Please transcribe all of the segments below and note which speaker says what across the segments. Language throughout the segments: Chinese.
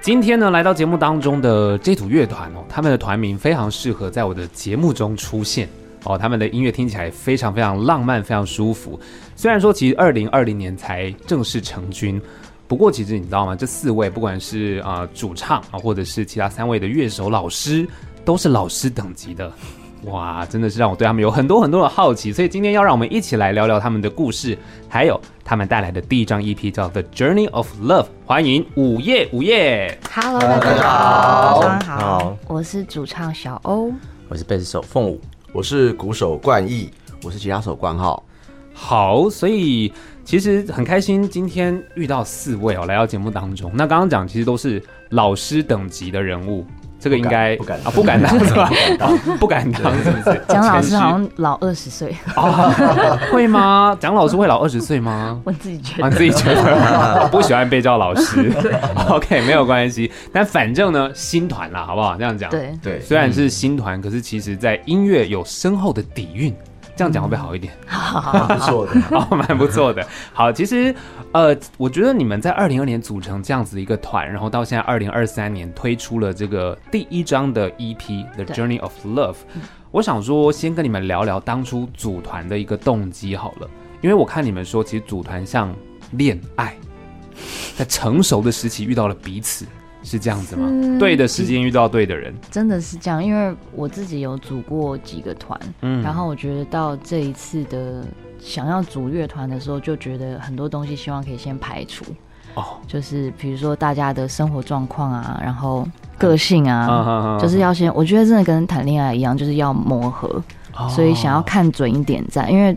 Speaker 1: 今天呢，来到节目当中的这组乐团哦，他们的团名非常适合在我的节目中出现哦。他们的音乐听起来非常非常浪漫，非常舒服。虽然说其实二零二零年才正式成军，不过其实你知道吗？这四位不管是啊、呃主唱啊，或者是其他三位的乐手老师，都是老师等级的。哇，真的是让我对他们有很多很多的好奇，所以今天要让我们一起来聊聊他们的故事，还有他们带来的第一张 EP 叫《The Journey of Love》，欢迎午夜午夜。
Speaker 2: Hello，大家好，
Speaker 3: 大家好，
Speaker 2: 我是主唱小欧。
Speaker 3: 我是贝斯手凤舞，
Speaker 4: 我是鼓手冠毅，我是吉他手冠浩。
Speaker 1: 好，所以其实很开心今天遇到四位哦，来到节目当中。那刚刚讲其实都是老师等级的人物，这个应该
Speaker 4: 不敢
Speaker 1: 啊不敢当是吧？不敢当是不是？哦
Speaker 2: 蒋老师好像老二十岁，
Speaker 1: 会吗？蒋老师会老二十岁吗？
Speaker 2: 我自己 觉
Speaker 1: 啊，
Speaker 2: 得。
Speaker 1: 你自己觉得我不喜欢被叫老师 ，OK，没有关系。但反正呢，新团啦，好不好？这样讲，，
Speaker 2: 对，
Speaker 4: 对，
Speaker 1: 虽然是新团，可是其实在音乐有深厚的底蕴，这样讲会不会好一点？
Speaker 4: 不 错的。
Speaker 1: 哦，蛮不错的。好，其实呃，我觉得你们在二零二年组成这样子一个团，然后到现在二零二三年推出了这个第一张的 EP《The
Speaker 2: 对
Speaker 1: Journey of Love》，我想说先跟你们聊聊当初组团的一个动机好了，因为我看你们说其实组团像恋爱，在成熟的时期遇到了彼此。是这样子吗？
Speaker 2: 嗯
Speaker 1: 对的时间遇到对的人，
Speaker 2: 真的是这样，因为我自己有组过几个团，
Speaker 1: 嗯
Speaker 2: 然后我觉得到这一次的想要组乐团的时候，就觉得很多东西希望可以先排除，
Speaker 1: 哦，
Speaker 2: 就是比如说大家的生活状况啊，然后个性啊，
Speaker 1: 嗯啊啊啊
Speaker 2: 就是要先，我觉得真的跟谈恋爱一样，就是要磨合。
Speaker 1: 哦
Speaker 2: 所以想要看准一点在，因为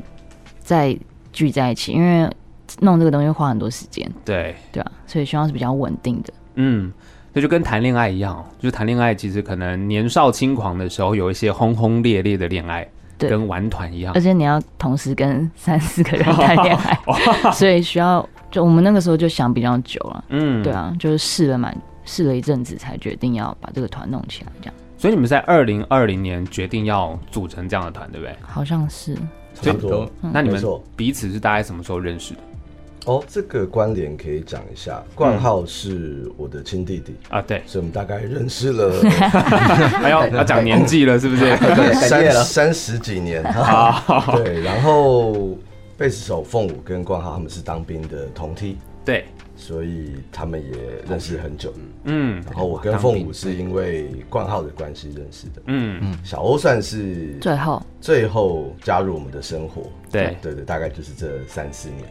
Speaker 2: 在聚在一起，因为弄这个东西会花很多时间，
Speaker 1: 对，
Speaker 2: 对吧、所以希望是比较稳定的。
Speaker 1: 嗯，那就跟谈恋爱一样哦，就是谈恋爱其实可能年少轻狂的时候有一些轰轰烈烈的恋爱，
Speaker 2: 对呃
Speaker 1: 跟玩团一样
Speaker 2: 而。且你要同时跟三四个人谈恋
Speaker 1: 哦
Speaker 2: 爱，所以需要就我们那个时候就想比较久了，
Speaker 1: 嗯，
Speaker 2: 对。啊，就是试了蛮试了一阵子，才决定要把这个团弄起来，这样
Speaker 1: 所以你们在二零二零年决定要组成这样的团，对不对？
Speaker 2: 好像是
Speaker 1: 所
Speaker 4: 差
Speaker 1: 以
Speaker 4: 不多。
Speaker 2: 嗯
Speaker 1: 那你
Speaker 4: 没
Speaker 1: 们
Speaker 4: 错
Speaker 1: 彼此是大概什么时候认识的
Speaker 4: 哦，这个关联可以讲一下。冠浩是我的亲弟弟，，
Speaker 1: 啊？ 对
Speaker 4: 所以我们大概认识了
Speaker 1: 还哎要要讲年纪了，是不是？
Speaker 4: 三三十几年。 对，然后贝斯手凤舞跟冠浩他们是当兵的同梯，
Speaker 1: 对，
Speaker 4: 所以他们也认识很久。
Speaker 1: 嗯
Speaker 4: 然后我跟凤舞是因为冠浩的关系认识的。
Speaker 1: 嗯，
Speaker 4: 小欧算是
Speaker 2: 最后
Speaker 4: 最后加入我们的生活。
Speaker 1: 对
Speaker 4: 对对，大概就是这三四年。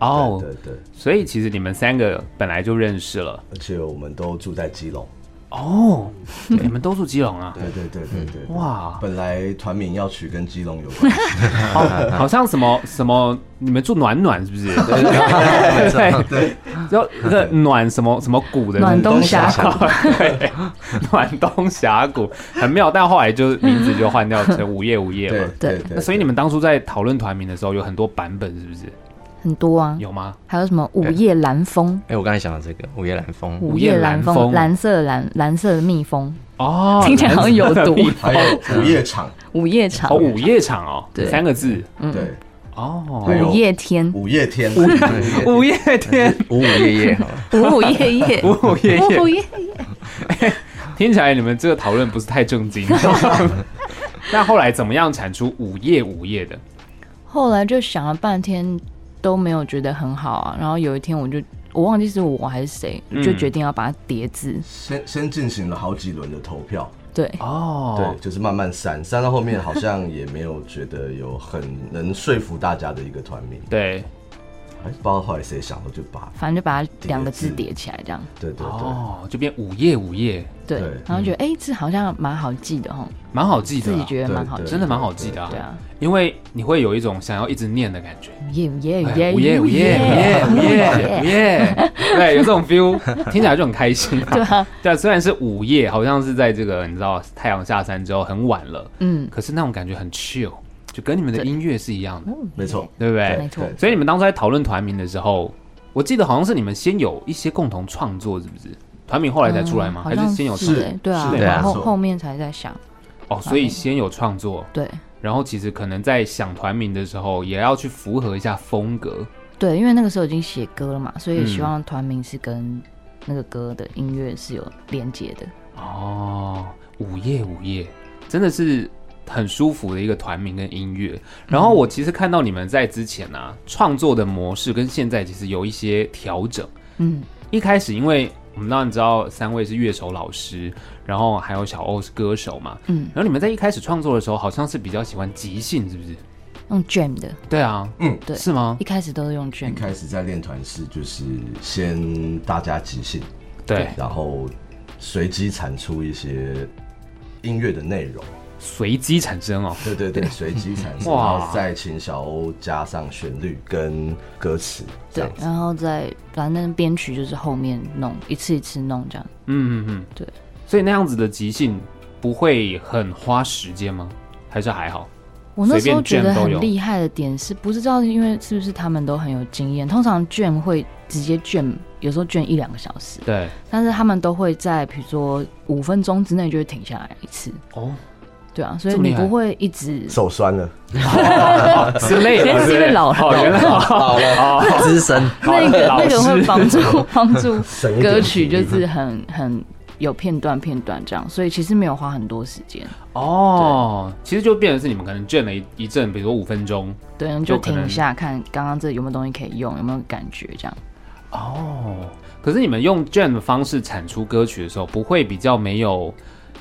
Speaker 1: 哦，
Speaker 4: 对对对，
Speaker 1: 所以其实你们三个本来就认识了
Speaker 4: 而且我们都住在基隆。
Speaker 1: 哦，你们都住基隆啊？
Speaker 4: 对对对对对，对
Speaker 1: 哇，
Speaker 4: 本来团名要取跟基隆有 关，
Speaker 1: 哦，好像什么什么，你们住暖暖是不 是？对对，然后那个暖什么什么谷的
Speaker 2: 暖东峡
Speaker 1: 谷，对，暖东峡谷很妙，但后来就名字就换掉成午夜午夜
Speaker 4: 对
Speaker 1: 嘛。
Speaker 4: 对
Speaker 1: 那
Speaker 4: 对。
Speaker 1: 所以你们当初在讨论团名的时候，有很多版本，是不是？
Speaker 2: 很多啊，
Speaker 1: 有吗？
Speaker 2: 还有什么午夜蓝风。
Speaker 3: 哎、我刚才想到这个午夜蓝风，
Speaker 2: 午
Speaker 1: 午
Speaker 2: 夜蓝
Speaker 1: 夜蓝风
Speaker 2: 风，蓝色的蓝蓝色的蜜蜂，
Speaker 1: 哦，
Speaker 2: 听起来好像有毒
Speaker 1: 蓝色的
Speaker 4: 还有午夜场，
Speaker 2: 午夜场
Speaker 1: 哦，，午夜场哦，
Speaker 2: 对
Speaker 1: 三个字
Speaker 4: 对，
Speaker 1: 哦，
Speaker 4: 还有
Speaker 2: 午夜天，
Speaker 4: 午夜天，
Speaker 1: 午夜天，
Speaker 3: 午午夜夜 好了，
Speaker 2: 午午夜夜，
Speaker 1: 午夜夜
Speaker 2: 午，夜
Speaker 1: 听起来你们这个讨论不是太正 经。那后来怎么样产出午夜午夜的？
Speaker 2: 后来就想了半天都没有觉得很好啊，然后有一天我就我忘记是我还是谁，
Speaker 1: 嗯
Speaker 2: 就决定要把它叠字。
Speaker 4: 先先进行了好几轮的投票，
Speaker 2: 对，
Speaker 1: 哦，
Speaker 4: 对，就是慢慢删，删到后面好像也没有觉得有很能说服大家的一个团名，
Speaker 1: 对，
Speaker 4: 哎不知道后来谁想的就把，
Speaker 2: 反正就把它两个字叠起来这样。
Speaker 4: 对对对，
Speaker 1: 哦，就变午夜午夜，
Speaker 2: 对
Speaker 4: 对，
Speaker 2: 然后觉得哎、这好像蛮好记的哦，
Speaker 1: 蛮好记的
Speaker 2: 自
Speaker 1: 啊、
Speaker 2: 己觉得蛮好记
Speaker 1: 真
Speaker 2: 的。
Speaker 1: 的蛮好记的、啊，
Speaker 2: 对啊，
Speaker 1: 因为你会有一种想要一直念的感觉，
Speaker 2: 午夜午夜
Speaker 1: 哎午夜午夜午夜午夜午夜，对，有这种 feel，听起 来就很开心、对啊，对，虽然是午夜，好像是在这个你知道太阳下山之后很晚了，
Speaker 2: 嗯，
Speaker 1: 可是那种感觉很 chill，就跟你们的音乐是一样的，
Speaker 4: 没错，
Speaker 1: 对不嗯对？
Speaker 2: 没错
Speaker 4: 对
Speaker 1: 所以你们当初在讨论团名的时候，我记得好像是你们先有一些共同创作，是不是？团名后来才出来吗？
Speaker 2: 嗯好
Speaker 1: 还
Speaker 2: 像
Speaker 1: 是先有
Speaker 2: 是
Speaker 4: 是
Speaker 2: 哎对啊，
Speaker 4: 是
Speaker 3: 对啊
Speaker 2: 然后
Speaker 4: 没错
Speaker 2: 后面才在想，
Speaker 1: 哦？所以先有创作，
Speaker 2: 对
Speaker 1: 然后其实可能在想团名的时候，也要去符合一下风格。
Speaker 2: 对，因为那个时候已经写歌了嘛，所以
Speaker 1: 嗯
Speaker 2: 希望团名是跟那个歌的音乐是有连接的。
Speaker 1: 哦，午夜午夜，真的是很舒服的一个团名跟音乐。然后我其实看到你们在之前啊创作的模式跟现在其实有一些调整。
Speaker 2: 嗯，
Speaker 1: 一开始因为我们当然知道三位是乐手老师，然后还有小欧是歌手嘛，
Speaker 2: 嗯
Speaker 1: 然后你们在一开始创作的时候好像是比较喜欢即兴，是不是？
Speaker 2: 用 jam 的，
Speaker 1: 对啊，
Speaker 4: 嗯
Speaker 2: 对
Speaker 1: 是吗
Speaker 2: 一？开始都是用
Speaker 4: 一
Speaker 2: jam 的。
Speaker 4: 开始在练团是就是先大家即兴，
Speaker 1: 对，
Speaker 4: 然后随机产出一些音乐的内容，
Speaker 1: 随机产生哦，
Speaker 4: 对对对，随机产生，然
Speaker 1: 哇
Speaker 4: 后再请小欧加上旋律跟歌词，这
Speaker 2: 对
Speaker 4: 样，子。
Speaker 2: 然后再反正编曲就是后面弄一次一次弄这样，
Speaker 1: 嗯嗯嗯，
Speaker 2: 对。
Speaker 1: 所以那样子的即兴不会很花时间吗？还是还好？
Speaker 2: 我那时候
Speaker 1: 随便
Speaker 2: 觉得
Speaker 1: jam 都有
Speaker 2: 很厉害的点是，不知道因为是不是他们都很有经验，通常卷会直接卷，有时候卷一两个小时，
Speaker 1: 对，
Speaker 2: 但是他们都会在比如说五分钟之内就会停下来一次，
Speaker 1: 哦，
Speaker 2: 对啊，所以
Speaker 1: 这么厉
Speaker 2: 你
Speaker 1: 害
Speaker 2: 不会一直，
Speaker 1: 嗯
Speaker 4: 手酸了，呃
Speaker 1: 之类
Speaker 2: 原
Speaker 1: 的，
Speaker 2: 来是因为老了
Speaker 1: 哦，原来
Speaker 3: 好了，资深，
Speaker 2: 那个
Speaker 1: 老师
Speaker 2: 那个会 帮助帮助
Speaker 4: 省一点
Speaker 2: 歌曲就
Speaker 4: 体力
Speaker 2: 是很很有片段片段这样，所以其实没有花很多时间，
Speaker 1: 哦，其实就变成是你们可能卷了一一阵，比如说五分钟，
Speaker 2: 对，然后
Speaker 1: 就
Speaker 2: 就
Speaker 1: 可能
Speaker 2: 停一下看刚刚这有没有东西可以用，有没有感觉这样。
Speaker 1: 哦，可是你们用 jam 的方式产出歌曲的时候，不会比较没有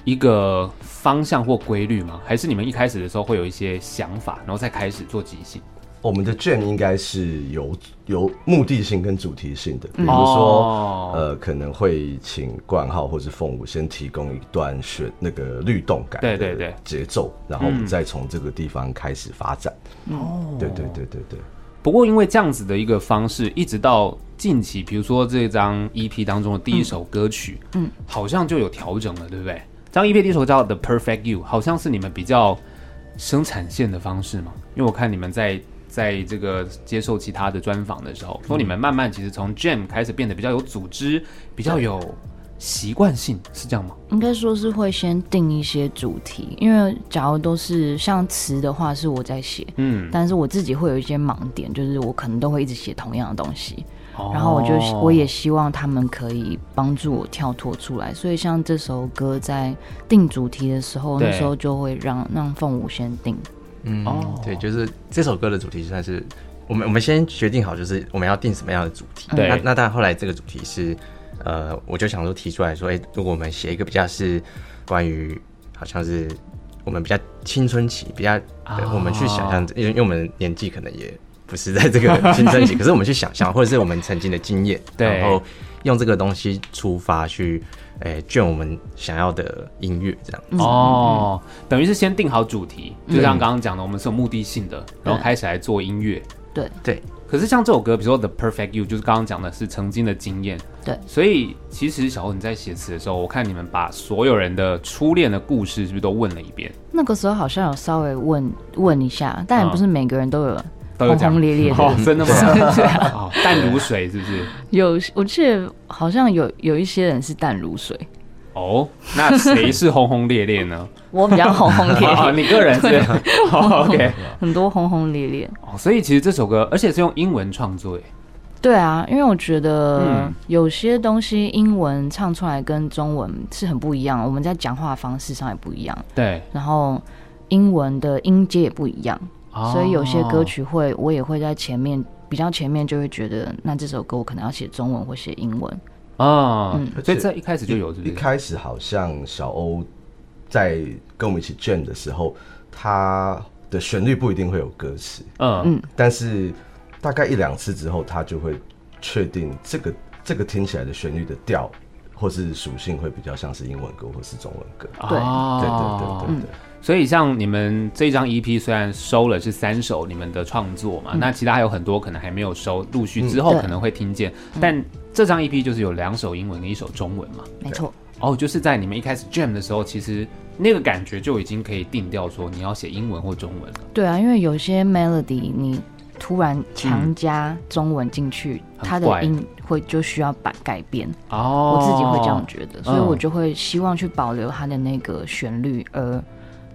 Speaker 1: 一个方向或规律吗？还是你们一开始的时候会有一些想法，然后再开始做即兴？
Speaker 4: 我们的 jam 应该是有有目的性跟主题性的，比如
Speaker 1: 嗯
Speaker 4: 说、
Speaker 1: 哦
Speaker 4: 呃，可能会请冠浩或是凤舞先提供一段旋那个律动感
Speaker 1: 对
Speaker 4: 的
Speaker 1: 对对
Speaker 4: 节奏，然后我
Speaker 1: 嗯
Speaker 4: 们再从这个地方开始发展。哦，对对对对对。
Speaker 1: 不过因为这样子的一个方式，一直到近期，比如说这张 EP 当中的第一首歌曲，嗯，好像就有调整了，对不对？这张 EP 第一首叫《The Perfect You》，好像是你们比较生产线的方式嘛？因为我看你们在在这个接受其他的专访的时候，
Speaker 2: 嗯
Speaker 1: 说你们慢慢其实从 Jam 开始变得比较有组织，比较有习惯性，是这样吗？
Speaker 2: 应该说是会先定一些主题，因为假如都是像词的话是我在写，
Speaker 1: 嗯，
Speaker 2: 但是我自己会有一些盲点，就是我可能都会一直写同样的东西，
Speaker 1: 哦
Speaker 2: 然后我就、我也希望他们可以帮助我跳脱出来，所以像这首歌在定主题的时候，
Speaker 1: 对
Speaker 2: 那时候就会让让凤舞先定，
Speaker 1: 哦
Speaker 3: 嗯，对，就是这首歌的主题算是我们我们先决定好，就是我们要定什么样的主题。
Speaker 1: 对
Speaker 3: 那那当然后来这个主题是，呃，我就想说提出来说，哎、如果我们写一个比较是关于好像是我们比较青春期，比较、对
Speaker 1: 哦
Speaker 3: 我们去想象，因为因为我们年纪可能也不是在这个青春 期，可是我们去想象，或者是我们曾经的经验，
Speaker 1: 对
Speaker 3: 然后用这个东西出发去，哎、卷我们想要的音乐这样。
Speaker 2: 嗯
Speaker 1: 哦，等于是先定好主题，就
Speaker 3: 嗯
Speaker 1: 像刚刚讲的，我们是有目的性的，然后开始来做音乐。
Speaker 2: 对
Speaker 3: 对，
Speaker 1: 可是像这首歌，比如说《The Perfect You》，就是刚刚讲的是曾经的经验。
Speaker 2: 对
Speaker 1: 所以其实小欧你在写词的时候，我看你们把所有人的初恋的故事是不是都问了一遍？
Speaker 2: 那个时候好像有稍微问问一下，但
Speaker 1: 嗯
Speaker 2: 也不是每个人都有
Speaker 1: 都有
Speaker 2: 轰
Speaker 1: 讲
Speaker 2: 轰烈烈的啊
Speaker 1: 哦，真的吗？ 哦，淡如水是不是？
Speaker 2: 有，我记得好像有有一些人是淡如水，
Speaker 1: 哦，那谁是轰轰烈烈 呢？
Speaker 2: 我比较轰轰烈
Speaker 1: 哦
Speaker 2: 烈，
Speaker 1: 你个人是哦 OK
Speaker 2: 很多轰轰烈烈。
Speaker 1: 哦，所以其实这首歌，而且是用英文创作耶，哎
Speaker 2: 对啊，因为我觉得
Speaker 1: 嗯
Speaker 2: 有些东西英文唱出来跟中文是很不一样，我们在讲话方式上也不一样，
Speaker 1: 对，
Speaker 2: 然后英文的音阶也不一样，
Speaker 1: 哦
Speaker 2: 所以有些歌曲会我也会在前面比较前面就会觉得，那这首歌我可能要写中文或写英文。
Speaker 1: 啊、
Speaker 2: 嗯
Speaker 1: 所以
Speaker 4: 而且
Speaker 1: 这一开始就有，是不
Speaker 4: 一
Speaker 1: 是？
Speaker 4: 开始好像小欧在跟我们一起卷的时候，他的旋律不一定会有歌词，
Speaker 1: 嗯，
Speaker 4: 但是大概一两次之后，他就会确定这个这个听起来的旋律的调或是属性会比较像是英文歌或是中文歌。
Speaker 2: 对
Speaker 1: 哦
Speaker 4: 对对对对对，
Speaker 1: 所以像你们这张 EP 虽然收了是三首你们的创作嘛，那其他还有很多可能还没有收，陆续之后
Speaker 2: 嗯对嗯
Speaker 1: 可能会听见。但这张 EP 就是有两首英文跟一首中文嘛。
Speaker 2: 没错，
Speaker 1: 哦，就是在你们一开始 jam 的时候，其实那个感觉就已经可以定调说你要写英文或中文了。
Speaker 2: 对啊，因为有些 melody 你突然强加中文进去，
Speaker 1: 很
Speaker 2: 它
Speaker 1: 怪
Speaker 2: 的音会就需要改改变。
Speaker 1: 哦，
Speaker 2: 我自己会这样觉得，所以
Speaker 1: 嗯
Speaker 2: 我就会希望去保留它的那个旋律，而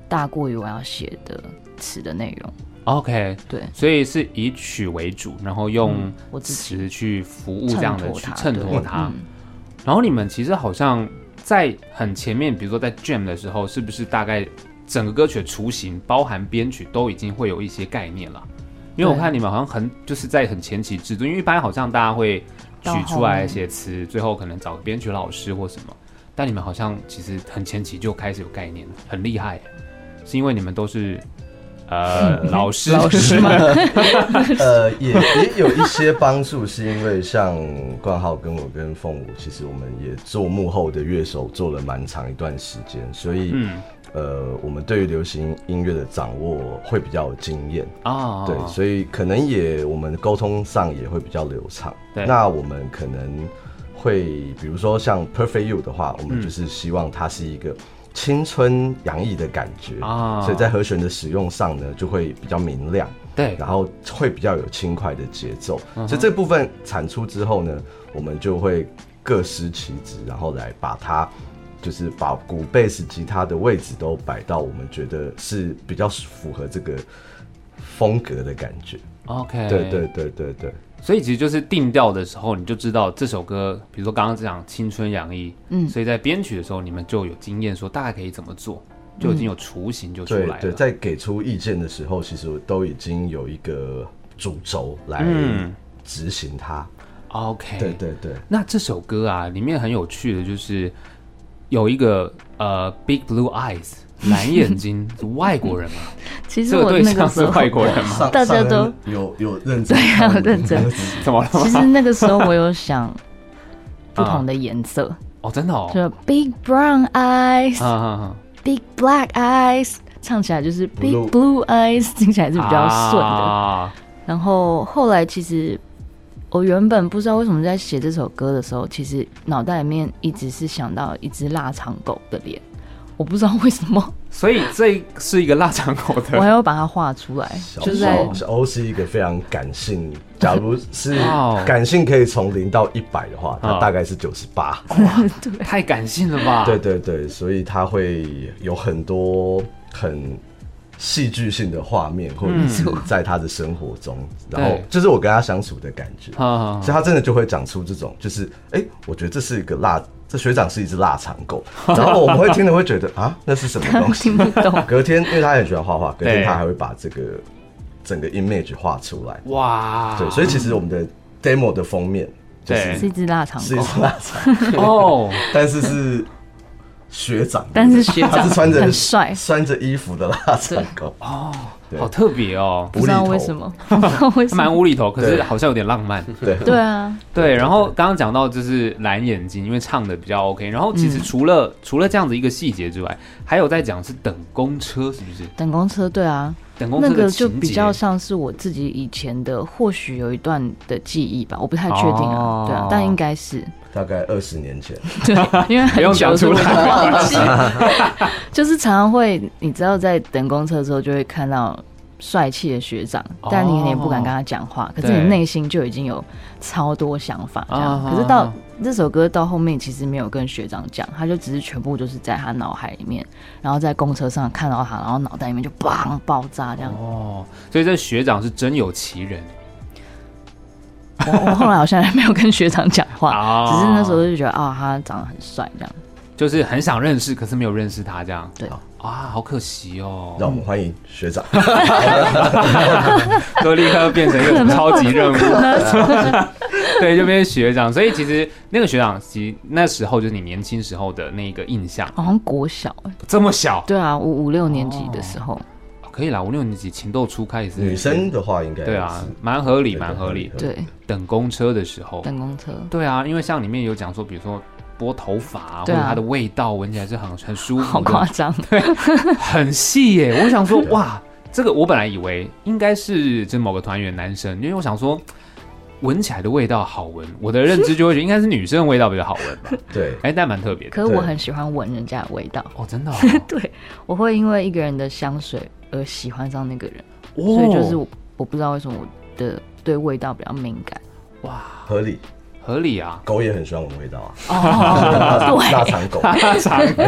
Speaker 2: 大过于我要写的词的内容。
Speaker 1: OK，
Speaker 2: 对，嗯
Speaker 1: 所以是以曲为主，然后用
Speaker 2: 我自己
Speaker 1: 词去服务这样的
Speaker 2: 衬托
Speaker 1: 去
Speaker 2: 它
Speaker 1: 衬托
Speaker 2: 对嗯
Speaker 1: 它。然后你们其实好像在很前面，比如说在 jam 的时候，是不是大概整个歌曲的雏形，包含编曲，都已经会有一些概念了？因为我
Speaker 2: 对
Speaker 1: 看你们好像很就是在很前期制作，因为一般好像大家会
Speaker 2: 到
Speaker 1: 取出
Speaker 2: 后
Speaker 1: 来
Speaker 2: 面
Speaker 1: 写词，最后可能找个编曲老师或什么，但你们好像其实很前期就开始有概念了，很厉害耶，是因为你们都是呃老师
Speaker 2: 老师吗？
Speaker 4: 呃，也也有一些帮助，是因为像冠浩跟我跟凤舞，其实我们也做幕后的乐手，做了蛮长一段时间，所以、
Speaker 1: 嗯
Speaker 4: 呃，我们对于流行音乐的掌握会比较有经验。
Speaker 1: 啊，
Speaker 4: 对，所以可能也我们沟通上也会比较流畅。
Speaker 1: 对
Speaker 4: 那我们可能会，比如说像 Perfect You 的话，我们就是希望它是一个青春洋溢的感觉
Speaker 1: 啊
Speaker 4: 所以在和弦的使用上呢，就会比较明亮，
Speaker 1: 对
Speaker 4: 然后会比较有轻快的节奏。
Speaker 1: 嗯
Speaker 4: 所以这部分产出之后呢，我们就会各司其职，然后来把它。就是把鼓、贝斯、吉他的位置都摆到我们觉得是比较符合这个风格的感觉。
Speaker 1: OK，
Speaker 4: 对对对对对，
Speaker 1: 所以其实就是定调的时候，你就知道这首歌，比如说刚刚讲青春洋溢，嗯，所以在编曲的时候，你们就有经验，说大概可以怎么做，就已经有雏形就出来
Speaker 4: 对
Speaker 1: 了。
Speaker 4: 对，在给出意见的时候，其实我都已经有一个主轴来
Speaker 1: 嗯哎
Speaker 4: 执行它。
Speaker 1: OK，
Speaker 4: 对对对，
Speaker 1: 那这首歌啊，里面很有趣的就是有一个呃，Big Blue Eyes 蓝眼睛，是外国人嘛？
Speaker 2: 其实
Speaker 1: 这个
Speaker 2: 我
Speaker 1: 对
Speaker 2: 那
Speaker 1: 象
Speaker 2: 个
Speaker 1: 是
Speaker 2: 时候，
Speaker 1: 外 国人 吗？
Speaker 4: 上
Speaker 2: 大家
Speaker 4: 上
Speaker 2: 都
Speaker 4: 恩有有认真，
Speaker 2: 对啊认真。
Speaker 1: 怎么了
Speaker 2: 其
Speaker 1: 吗？
Speaker 2: 实那个时候我有 想不同的颜色，
Speaker 1: 哦，真的哦，
Speaker 2: 就 big brown eyes、
Speaker 1: 啊啊啊
Speaker 2: big black eyes，唱起来就是 big
Speaker 4: Blue
Speaker 2: blue eyes，听起来是比较顺的。
Speaker 1: 啊
Speaker 2: 然后后来其实我原本不知道为什么在写这首歌的时候，其实脑袋里面一直是想到一只腊肠狗的脸，我不知道为什 么，
Speaker 1: 所以这是一个腊肠狗
Speaker 2: 我
Speaker 1: 的，
Speaker 2: 还要把它画出来，
Speaker 4: 小
Speaker 2: 就是在
Speaker 4: 欧小欧是一个非常感性，假如 是
Speaker 1: 哇哦
Speaker 4: 感性可以从零到一百的话，
Speaker 1: 啊哦
Speaker 4: 它大概是九十八。
Speaker 1: 太感性了吧？
Speaker 4: 对对对，所以它会有很多很戏剧性的画面，或者是在他的生活中，然后
Speaker 1: 嗯对
Speaker 4: 就是我跟他相处的感觉，
Speaker 1: 啊，啊啊
Speaker 4: 所以他真的就会讲出这种，就是哎、诶我觉得这是一个腊，这学长是一只腊肠狗，然后我们会听了会觉得啊，那是什么东西。
Speaker 2: 听？不懂
Speaker 4: 隔天，因为他很喜欢画画，隔
Speaker 1: 对
Speaker 4: 天他还会把这个整个 image 画出来，
Speaker 1: 哇，
Speaker 4: 对，所以其实我们的 demo 的封面就是
Speaker 1: 对
Speaker 2: 是一只腊肠
Speaker 4: 是一
Speaker 2: 狗，
Speaker 4: 只腊肠 狗。
Speaker 1: 哦，
Speaker 4: 但是是学长，
Speaker 2: 但是学长
Speaker 4: 他是穿着
Speaker 2: 很帅
Speaker 4: 穿着衣服的腊肠狗，对
Speaker 1: 好特别哦，
Speaker 2: 不知道为什么，不知道为什
Speaker 1: 蛮
Speaker 2: 么。
Speaker 1: 无厘头，可是
Speaker 4: 对
Speaker 1: 好像有点浪漫。
Speaker 4: 对
Speaker 2: 对啊，
Speaker 1: 对，然后刚刚讲到就是蓝眼睛，因为唱的比较 OK。然后其
Speaker 4: 嗯
Speaker 1: 实除了、除了这样子一个细节之外，还有在讲是等公车，是不是？
Speaker 2: 等公车，对啊，
Speaker 1: 等公车
Speaker 2: 那
Speaker 1: 的
Speaker 2: 个就
Speaker 1: 哦情
Speaker 2: 比
Speaker 1: 节
Speaker 2: 较像是我自己以前的，或许有一段的记忆吧，我不太确定
Speaker 1: 哦
Speaker 2: 啊，对啊，但应该是，
Speaker 4: 大概二十年前，
Speaker 2: 对，因为
Speaker 1: 不
Speaker 2: 很
Speaker 1: 用
Speaker 2: 久
Speaker 1: 讲
Speaker 2: 是
Speaker 1: 出
Speaker 2: 我的
Speaker 1: 来
Speaker 2: 忘记，就是常常会，你知道在等公车的时候就会看到帅气的学长，但你也不敢跟他讲话，可是
Speaker 1: 哦对
Speaker 2: 你内心就已经有超多想法这
Speaker 1: 啊
Speaker 2: 样。
Speaker 1: 哈
Speaker 2: 可是到这首歌到后面，其实没有跟学长讲，他就只是全部就是在他脑海里面，然后在公车上看到他，然后脑袋里面就砰爆炸这样。
Speaker 1: 哦，所以这学长是真有其人
Speaker 2: 我我后来好像也没有跟学长讲话，
Speaker 1: 啊
Speaker 2: 只是那时候就觉得啊，他长得很帅这样。
Speaker 1: 就是很想认识，可是没有认识他这样。
Speaker 2: 对
Speaker 1: 啊，好可惜哦，
Speaker 4: 让我们欢迎学长。
Speaker 1: 嗯 就立刻变成一个超级任务。 对，就变成学长。所以其实那个学长，其实那时候就是你年轻时候的那个印象，
Speaker 2: 好像国小，
Speaker 1: 这么小，
Speaker 2: 对啊，五五六年级的时
Speaker 1: 哦
Speaker 2: 候，
Speaker 1: 可以啦，五六年级情窦初开也是
Speaker 4: 女生的话应该
Speaker 1: 对啊，蛮合理，
Speaker 4: 对
Speaker 1: 蛮合理
Speaker 4: 合。理
Speaker 2: 对，
Speaker 1: 等公车的时候，
Speaker 2: 等公车，
Speaker 1: 对啊，因为像里面有讲说，比如说拨头发、啊，或
Speaker 2: 对
Speaker 1: 者
Speaker 2: 啊
Speaker 1: 它的味道闻起来是很很舒
Speaker 2: 好
Speaker 1: 服
Speaker 2: 夸
Speaker 1: 的，
Speaker 2: 张。
Speaker 1: 很细耶。我想说，
Speaker 4: 对
Speaker 1: 哇，这个我本来以为应该是这某个团员男生，因为我想说。闻起来的味道好闻，我的认知就会觉得应该是女生的味道比较好闻 吧。
Speaker 4: 对
Speaker 1: 哎、但蛮特别的
Speaker 2: 可是我很喜欢闻人家的味道，
Speaker 1: 哦，真的、哦，
Speaker 2: 对我会因为一个人的香水而喜欢上那个人，
Speaker 1: 哦
Speaker 2: 所以就是我我不知道为什么我的对味道比较敏感。
Speaker 4: 合理。
Speaker 1: 合理啊，
Speaker 4: 狗也很喜欢我们味道啊，
Speaker 2: 哦，
Speaker 4: 腊肠 狗。
Speaker 1: 长狗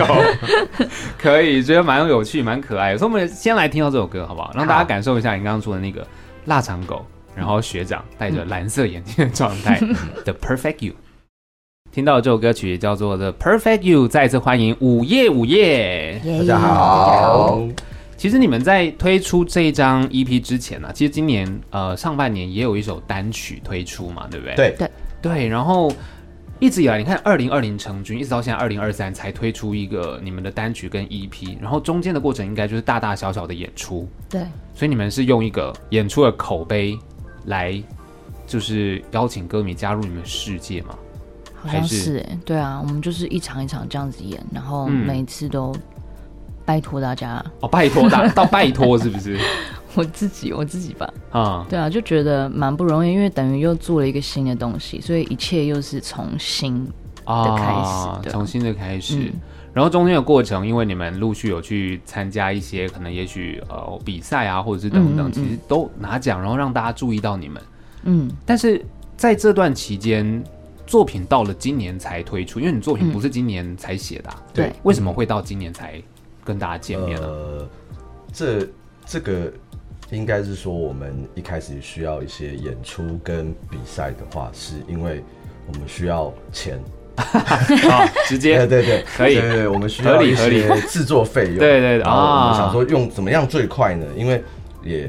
Speaker 1: 可以，觉得蛮有趣，蛮可爱的。所以我们先来听到这首歌好不好？让大家感受一下你刚刚说的那个腊肠狗，然后学长戴着蓝色眼镜的状态，The Perfect You。听到这首歌曲叫做《The Perfect You》，再次欢迎午夜午夜。
Speaker 4: 大家好，
Speaker 1: 其实你们在推出这一张 EP 之前呢、其实今年呃上半年也有一首单曲推出嘛，对不对？
Speaker 4: 对，
Speaker 1: 对，然后一直以来，你看二零二零成军，一直到现在二零二三才推出一个你们的单曲跟 EP，然后中间的过程应该就是大大小小的演出，
Speaker 2: 对，
Speaker 1: 所以你们是用一个演出的口碑来，就是邀请歌迷加入你们世界嘛？
Speaker 2: 好像
Speaker 1: 还是
Speaker 2: 是哎、对啊，我们就是一场一场这样子演，然后
Speaker 1: 嗯
Speaker 2: 每一次都拜托大家，
Speaker 1: 哦，拜托大到拜托是不是？
Speaker 2: 我自己我自己吧，
Speaker 1: 啊、
Speaker 2: 对啊，就觉得蛮不容易，因为等于又做了一个新的东西，所以一切又是从新， 的开始
Speaker 1: 啊，
Speaker 2: 对
Speaker 1: 重新的开始。
Speaker 2: 嗯
Speaker 1: 然后中间的过程，因为你们陆续有去参加一些可能也许呃比赛啊，或者是等等，
Speaker 2: 嗯嗯嗯
Speaker 1: 其实都拿奖，然后让大家注意到你们。
Speaker 2: 嗯，
Speaker 1: 但是在这段期间，作品到了今年才推出，因为你作品不是今年才写的啊、
Speaker 2: 对
Speaker 1: 为什么会到今年才跟大家见面啊呢、
Speaker 4: 呃，这这个应该是说，我们一开始需要一些演出跟比赛的话，是因为我们需要钱。
Speaker 1: 啊，直
Speaker 4: 对
Speaker 1: 接
Speaker 4: 对对，
Speaker 1: 可以
Speaker 4: 对对对，我们需
Speaker 1: 合
Speaker 4: 要
Speaker 1: 理
Speaker 4: 一
Speaker 1: 合理
Speaker 4: 些 制作费用。
Speaker 1: 对对对
Speaker 4: 然后我
Speaker 1: 啊
Speaker 4: 们想说用怎么样最快呢？因为也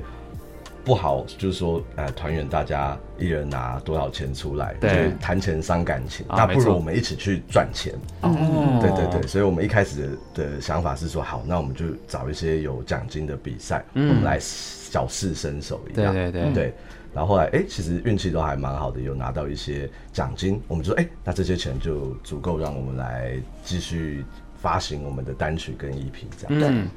Speaker 4: 不好，就是说呃，团员大家一人拿多少钱出来，
Speaker 1: 对
Speaker 4: 就是谈钱伤感情，
Speaker 1: 啊
Speaker 4: 那
Speaker 1: 没
Speaker 4: 不如
Speaker 1: 错
Speaker 4: 我们一起去赚钱。
Speaker 1: 哦
Speaker 4: 对对对，所以我们一开始的的想法是说，好，那我们就找一些有奖金的比赛，
Speaker 1: 嗯
Speaker 4: 我们来小试身手一
Speaker 1: 对哦
Speaker 4: 样。
Speaker 1: 对对
Speaker 2: 嗯
Speaker 4: 对然后后来，哎、其实运气都还蛮好的，有拿到一些奖金。我们就说，哎、那这些钱就足够让我们来继续发行我们的单曲跟 EP 这样。
Speaker 1: 嗯，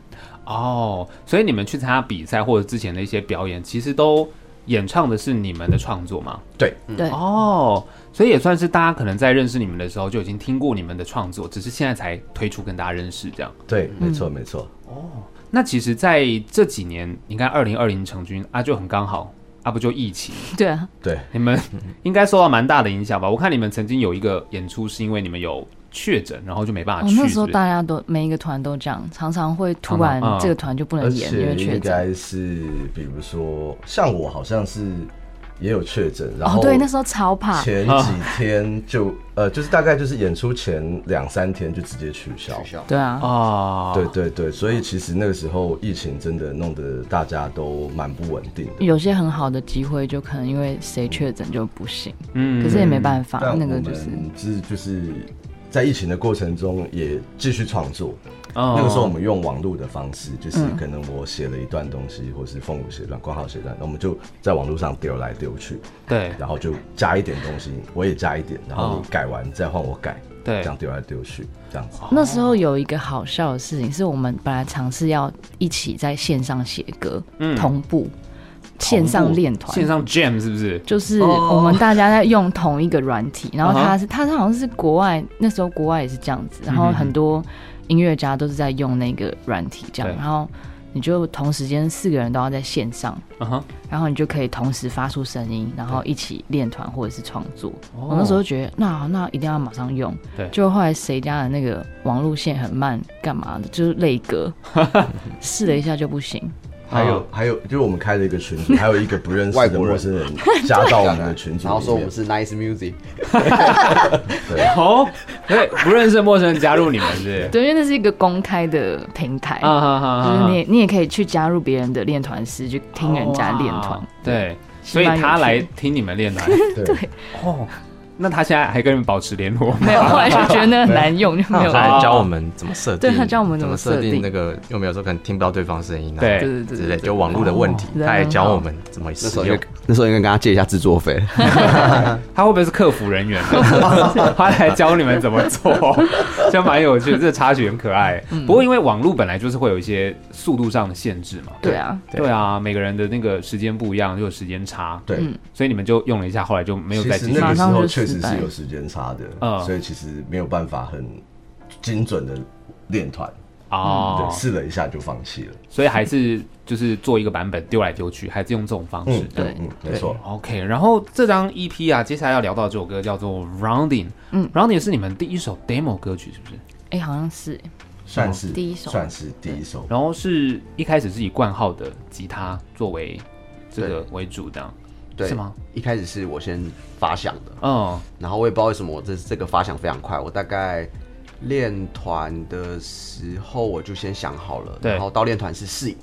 Speaker 1: 哦，所以你们去参加比赛或者之前的一些表演，其实都演唱的是你们的创作吗？
Speaker 4: 对，
Speaker 2: 对，
Speaker 1: 哦，所以也算是大家可能在认识你们的时候就已经听过你们的创作，只是现在才推出跟大家认识这样。
Speaker 4: 对，
Speaker 2: 嗯
Speaker 4: 没错，没错。
Speaker 1: 那其实在这几年，你看二零二零成军啊，就很刚好啊，不就疫情，
Speaker 2: 对啊，
Speaker 4: 对，
Speaker 1: 你 们应该受到蛮大的影响吧？我看你们曾经有一个演出是因为你们有确诊，然后就没办
Speaker 2: 哦
Speaker 1: 法去，，
Speaker 2: 那时候
Speaker 1: 是不是
Speaker 2: 大家都每一个团都这样，常常会突
Speaker 1: 常
Speaker 2: 然
Speaker 1: 常嗯
Speaker 2: 这个团就不
Speaker 4: 而
Speaker 2: 能演，因
Speaker 4: 且
Speaker 2: 为确
Speaker 4: 应
Speaker 2: 诊。
Speaker 4: 该是，比如说，像我好像是也有确诊，然
Speaker 2: 哦
Speaker 4: 后、，
Speaker 2: 对，那时候超怕，
Speaker 4: 前几天就、呃，就是大概就是演出前两三天就直接取消。
Speaker 3: 学校
Speaker 2: 对啊，
Speaker 1: 啊，
Speaker 4: 哦对对对，所以其实那个时候疫情真的弄得大家都蛮不稳定的。
Speaker 2: 有些很好的机会就可能因为谁确诊就不行，
Speaker 1: 嗯
Speaker 2: 可是也没办法，
Speaker 4: 但我
Speaker 2: 那
Speaker 4: 们
Speaker 2: 个就是
Speaker 4: 是就是在疫情的过程中也继续创作。
Speaker 1: 哦
Speaker 4: 那个时候我们用网络的方式，就是可能我写了一段东西，或是凤舞写一段，光浩写一段，那我们就在网络上丢来丢去，
Speaker 1: 对
Speaker 4: 然后就加一点东西，我也加一点，然后
Speaker 1: 哦
Speaker 4: 你改完再换我改，
Speaker 1: 对
Speaker 4: 这样丢来丢去，这样子。
Speaker 2: 那时候有一个好笑的事情，是我们本来尝试要一起在线上写歌，
Speaker 4: 嗯
Speaker 2: 同步线上练团，
Speaker 1: 嗯线上 jam 是不是？
Speaker 2: 就是
Speaker 1: 哦
Speaker 2: 我们大家在用同一个软体，然后
Speaker 1: 啊
Speaker 2: 他是他好像是国外那时候国外也是这样子，然
Speaker 1: 嗯
Speaker 2: 后很多音乐家都是在用那个软体这样，
Speaker 1: 对
Speaker 2: 然后你就同时间四个人都要在线上，
Speaker 1: 嗯哼，
Speaker 2: 然后你就可以同时发出声音，然后一起练团或者是创作。
Speaker 1: 哦
Speaker 2: 我那时候觉得，那好那一定要马上用。
Speaker 1: 对
Speaker 2: 就后来谁家的那个网路线很慢，干嘛的？就是累 歌，试了一下就不行。
Speaker 4: 哦还有还有，就是我们开了一个群组，还有一个不认识
Speaker 3: 外
Speaker 4: 的
Speaker 3: 国人
Speaker 4: 陌生人加到我们的群 组里面，
Speaker 3: 然后说我们是 Nice Music，
Speaker 1: 哦， 对，不认识的陌生人加入你们是不是？
Speaker 2: 对，因为那是一个公开的平台，
Speaker 1: 啊哈哈
Speaker 2: 就是
Speaker 1: 哈
Speaker 2: 你也你也可以去加入别人的练团室，去听人家练团
Speaker 1: 哦。对，所
Speaker 2: 西班
Speaker 1: 以
Speaker 2: 牙
Speaker 1: 他
Speaker 2: 去
Speaker 1: 来听你们练团
Speaker 4: 对，
Speaker 1: 哦。那他现在还跟你们保持联络吗？
Speaker 2: 没有，后来就觉得那很难用，就没有
Speaker 3: 他来教我们怎么设定，
Speaker 2: 对他教我们怎么
Speaker 3: 设
Speaker 2: 设定
Speaker 3: 那个，因为我们有时候可能听不到对方声音啊，
Speaker 1: 对
Speaker 2: 对对对
Speaker 3: 之
Speaker 2: 对
Speaker 3: 类，就网络的问题，
Speaker 2: 哦
Speaker 3: 他来教我们怎么
Speaker 5: 那时
Speaker 3: 使
Speaker 5: 候应
Speaker 3: 用
Speaker 5: 该。那时候应该跟他借一下制作费，
Speaker 1: 他会不会是客服人 员？他来教你们怎么做，就蛮有趣的。这插曲很可爱。
Speaker 2: 嗯
Speaker 1: 不过因为网络本来就是会有一些速度上的限制嘛。
Speaker 2: 对啊，
Speaker 3: 对
Speaker 1: 对啊，每个人的那个时间不一样，就有时间差。
Speaker 4: 对。
Speaker 2: 嗯
Speaker 1: 所以你们就用了一下，后来就没有
Speaker 4: 其
Speaker 1: 再
Speaker 4: 实
Speaker 1: 继续
Speaker 4: 那。
Speaker 2: 马
Speaker 4: 个时
Speaker 2: 上
Speaker 4: 候
Speaker 2: 就
Speaker 4: 确实
Speaker 2: 失败
Speaker 4: 是有时间差的，
Speaker 1: 嗯
Speaker 4: 所以其实没有办法很精准的练团，
Speaker 1: 哦
Speaker 4: 对，，试了一下就放弃了。
Speaker 1: 所以还是就是做一个版本丢来丢去，哦还是用这种方式。
Speaker 2: 对
Speaker 4: 嗯，没错。
Speaker 1: OK，然后这张 EP 啊，接下来要聊到这首歌叫做《Rounding》，嗯
Speaker 2: 嗯
Speaker 1: ，Rounding 是你们第一首 demo 歌曲是不是？
Speaker 2: 哎，好像是
Speaker 4: 算是
Speaker 2: 第一首
Speaker 4: 算是第一首。
Speaker 1: 然后是一开始是以冠浩的吉他作为这个为主的，
Speaker 5: 对，
Speaker 1: 是吗？
Speaker 5: 一开始是我先发想的，
Speaker 1: 嗯，
Speaker 5: 然后我也不知道为什么我这这个发想非常快，我大概练团的时候我就先想好了，
Speaker 1: 对
Speaker 5: 然后到练团是试，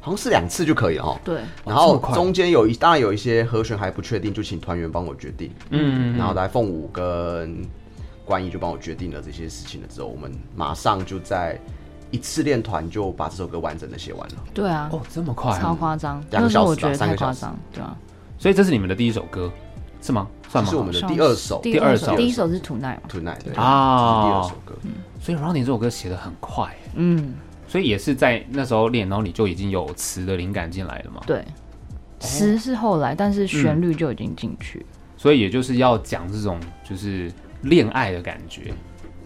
Speaker 5: 好像试两次就可以了哦。
Speaker 2: 对，
Speaker 5: 然
Speaker 1: 这么
Speaker 5: 后
Speaker 1: 快
Speaker 5: 中间有一当然有一些和弦还不确定，就请团员帮我决定。
Speaker 1: 嗯
Speaker 5: 嗯，然后来凤舞跟关毅就帮我决定了这些事情了之后，我们马上就在一次练团就把这首歌完整的写完了。
Speaker 2: 对啊，
Speaker 1: 哦，这么快、
Speaker 2: 超
Speaker 1: 啊，
Speaker 2: 夸张，那
Speaker 5: 两个
Speaker 2: 时候
Speaker 5: 小
Speaker 2: 我
Speaker 5: 时
Speaker 2: 觉
Speaker 5: 吧
Speaker 2: 得
Speaker 5: 三
Speaker 2: 太
Speaker 5: 个小
Speaker 2: 夸
Speaker 5: 时
Speaker 2: 张，对啊，
Speaker 1: 所以这是你们的第一首歌，是吗？算
Speaker 5: 这
Speaker 1: 吗
Speaker 5: 是？我们的
Speaker 2: 上
Speaker 5: 第二首
Speaker 2: 第
Speaker 1: 二
Speaker 5: 首
Speaker 2: 第一首是 Tonight，嘛
Speaker 5: Tonight 对
Speaker 1: 啊
Speaker 5: 这是第二首歌。
Speaker 1: 所以 Ronnie 这首歌写的很快，啊
Speaker 2: 嗯，
Speaker 1: 所以也是在那时候练，然后你就已经有词的灵感进来了嘛。
Speaker 5: 哦
Speaker 2: 对，词是后来，但是旋律就已经进去，
Speaker 1: 所以也就是要讲这种就是恋爱的感觉，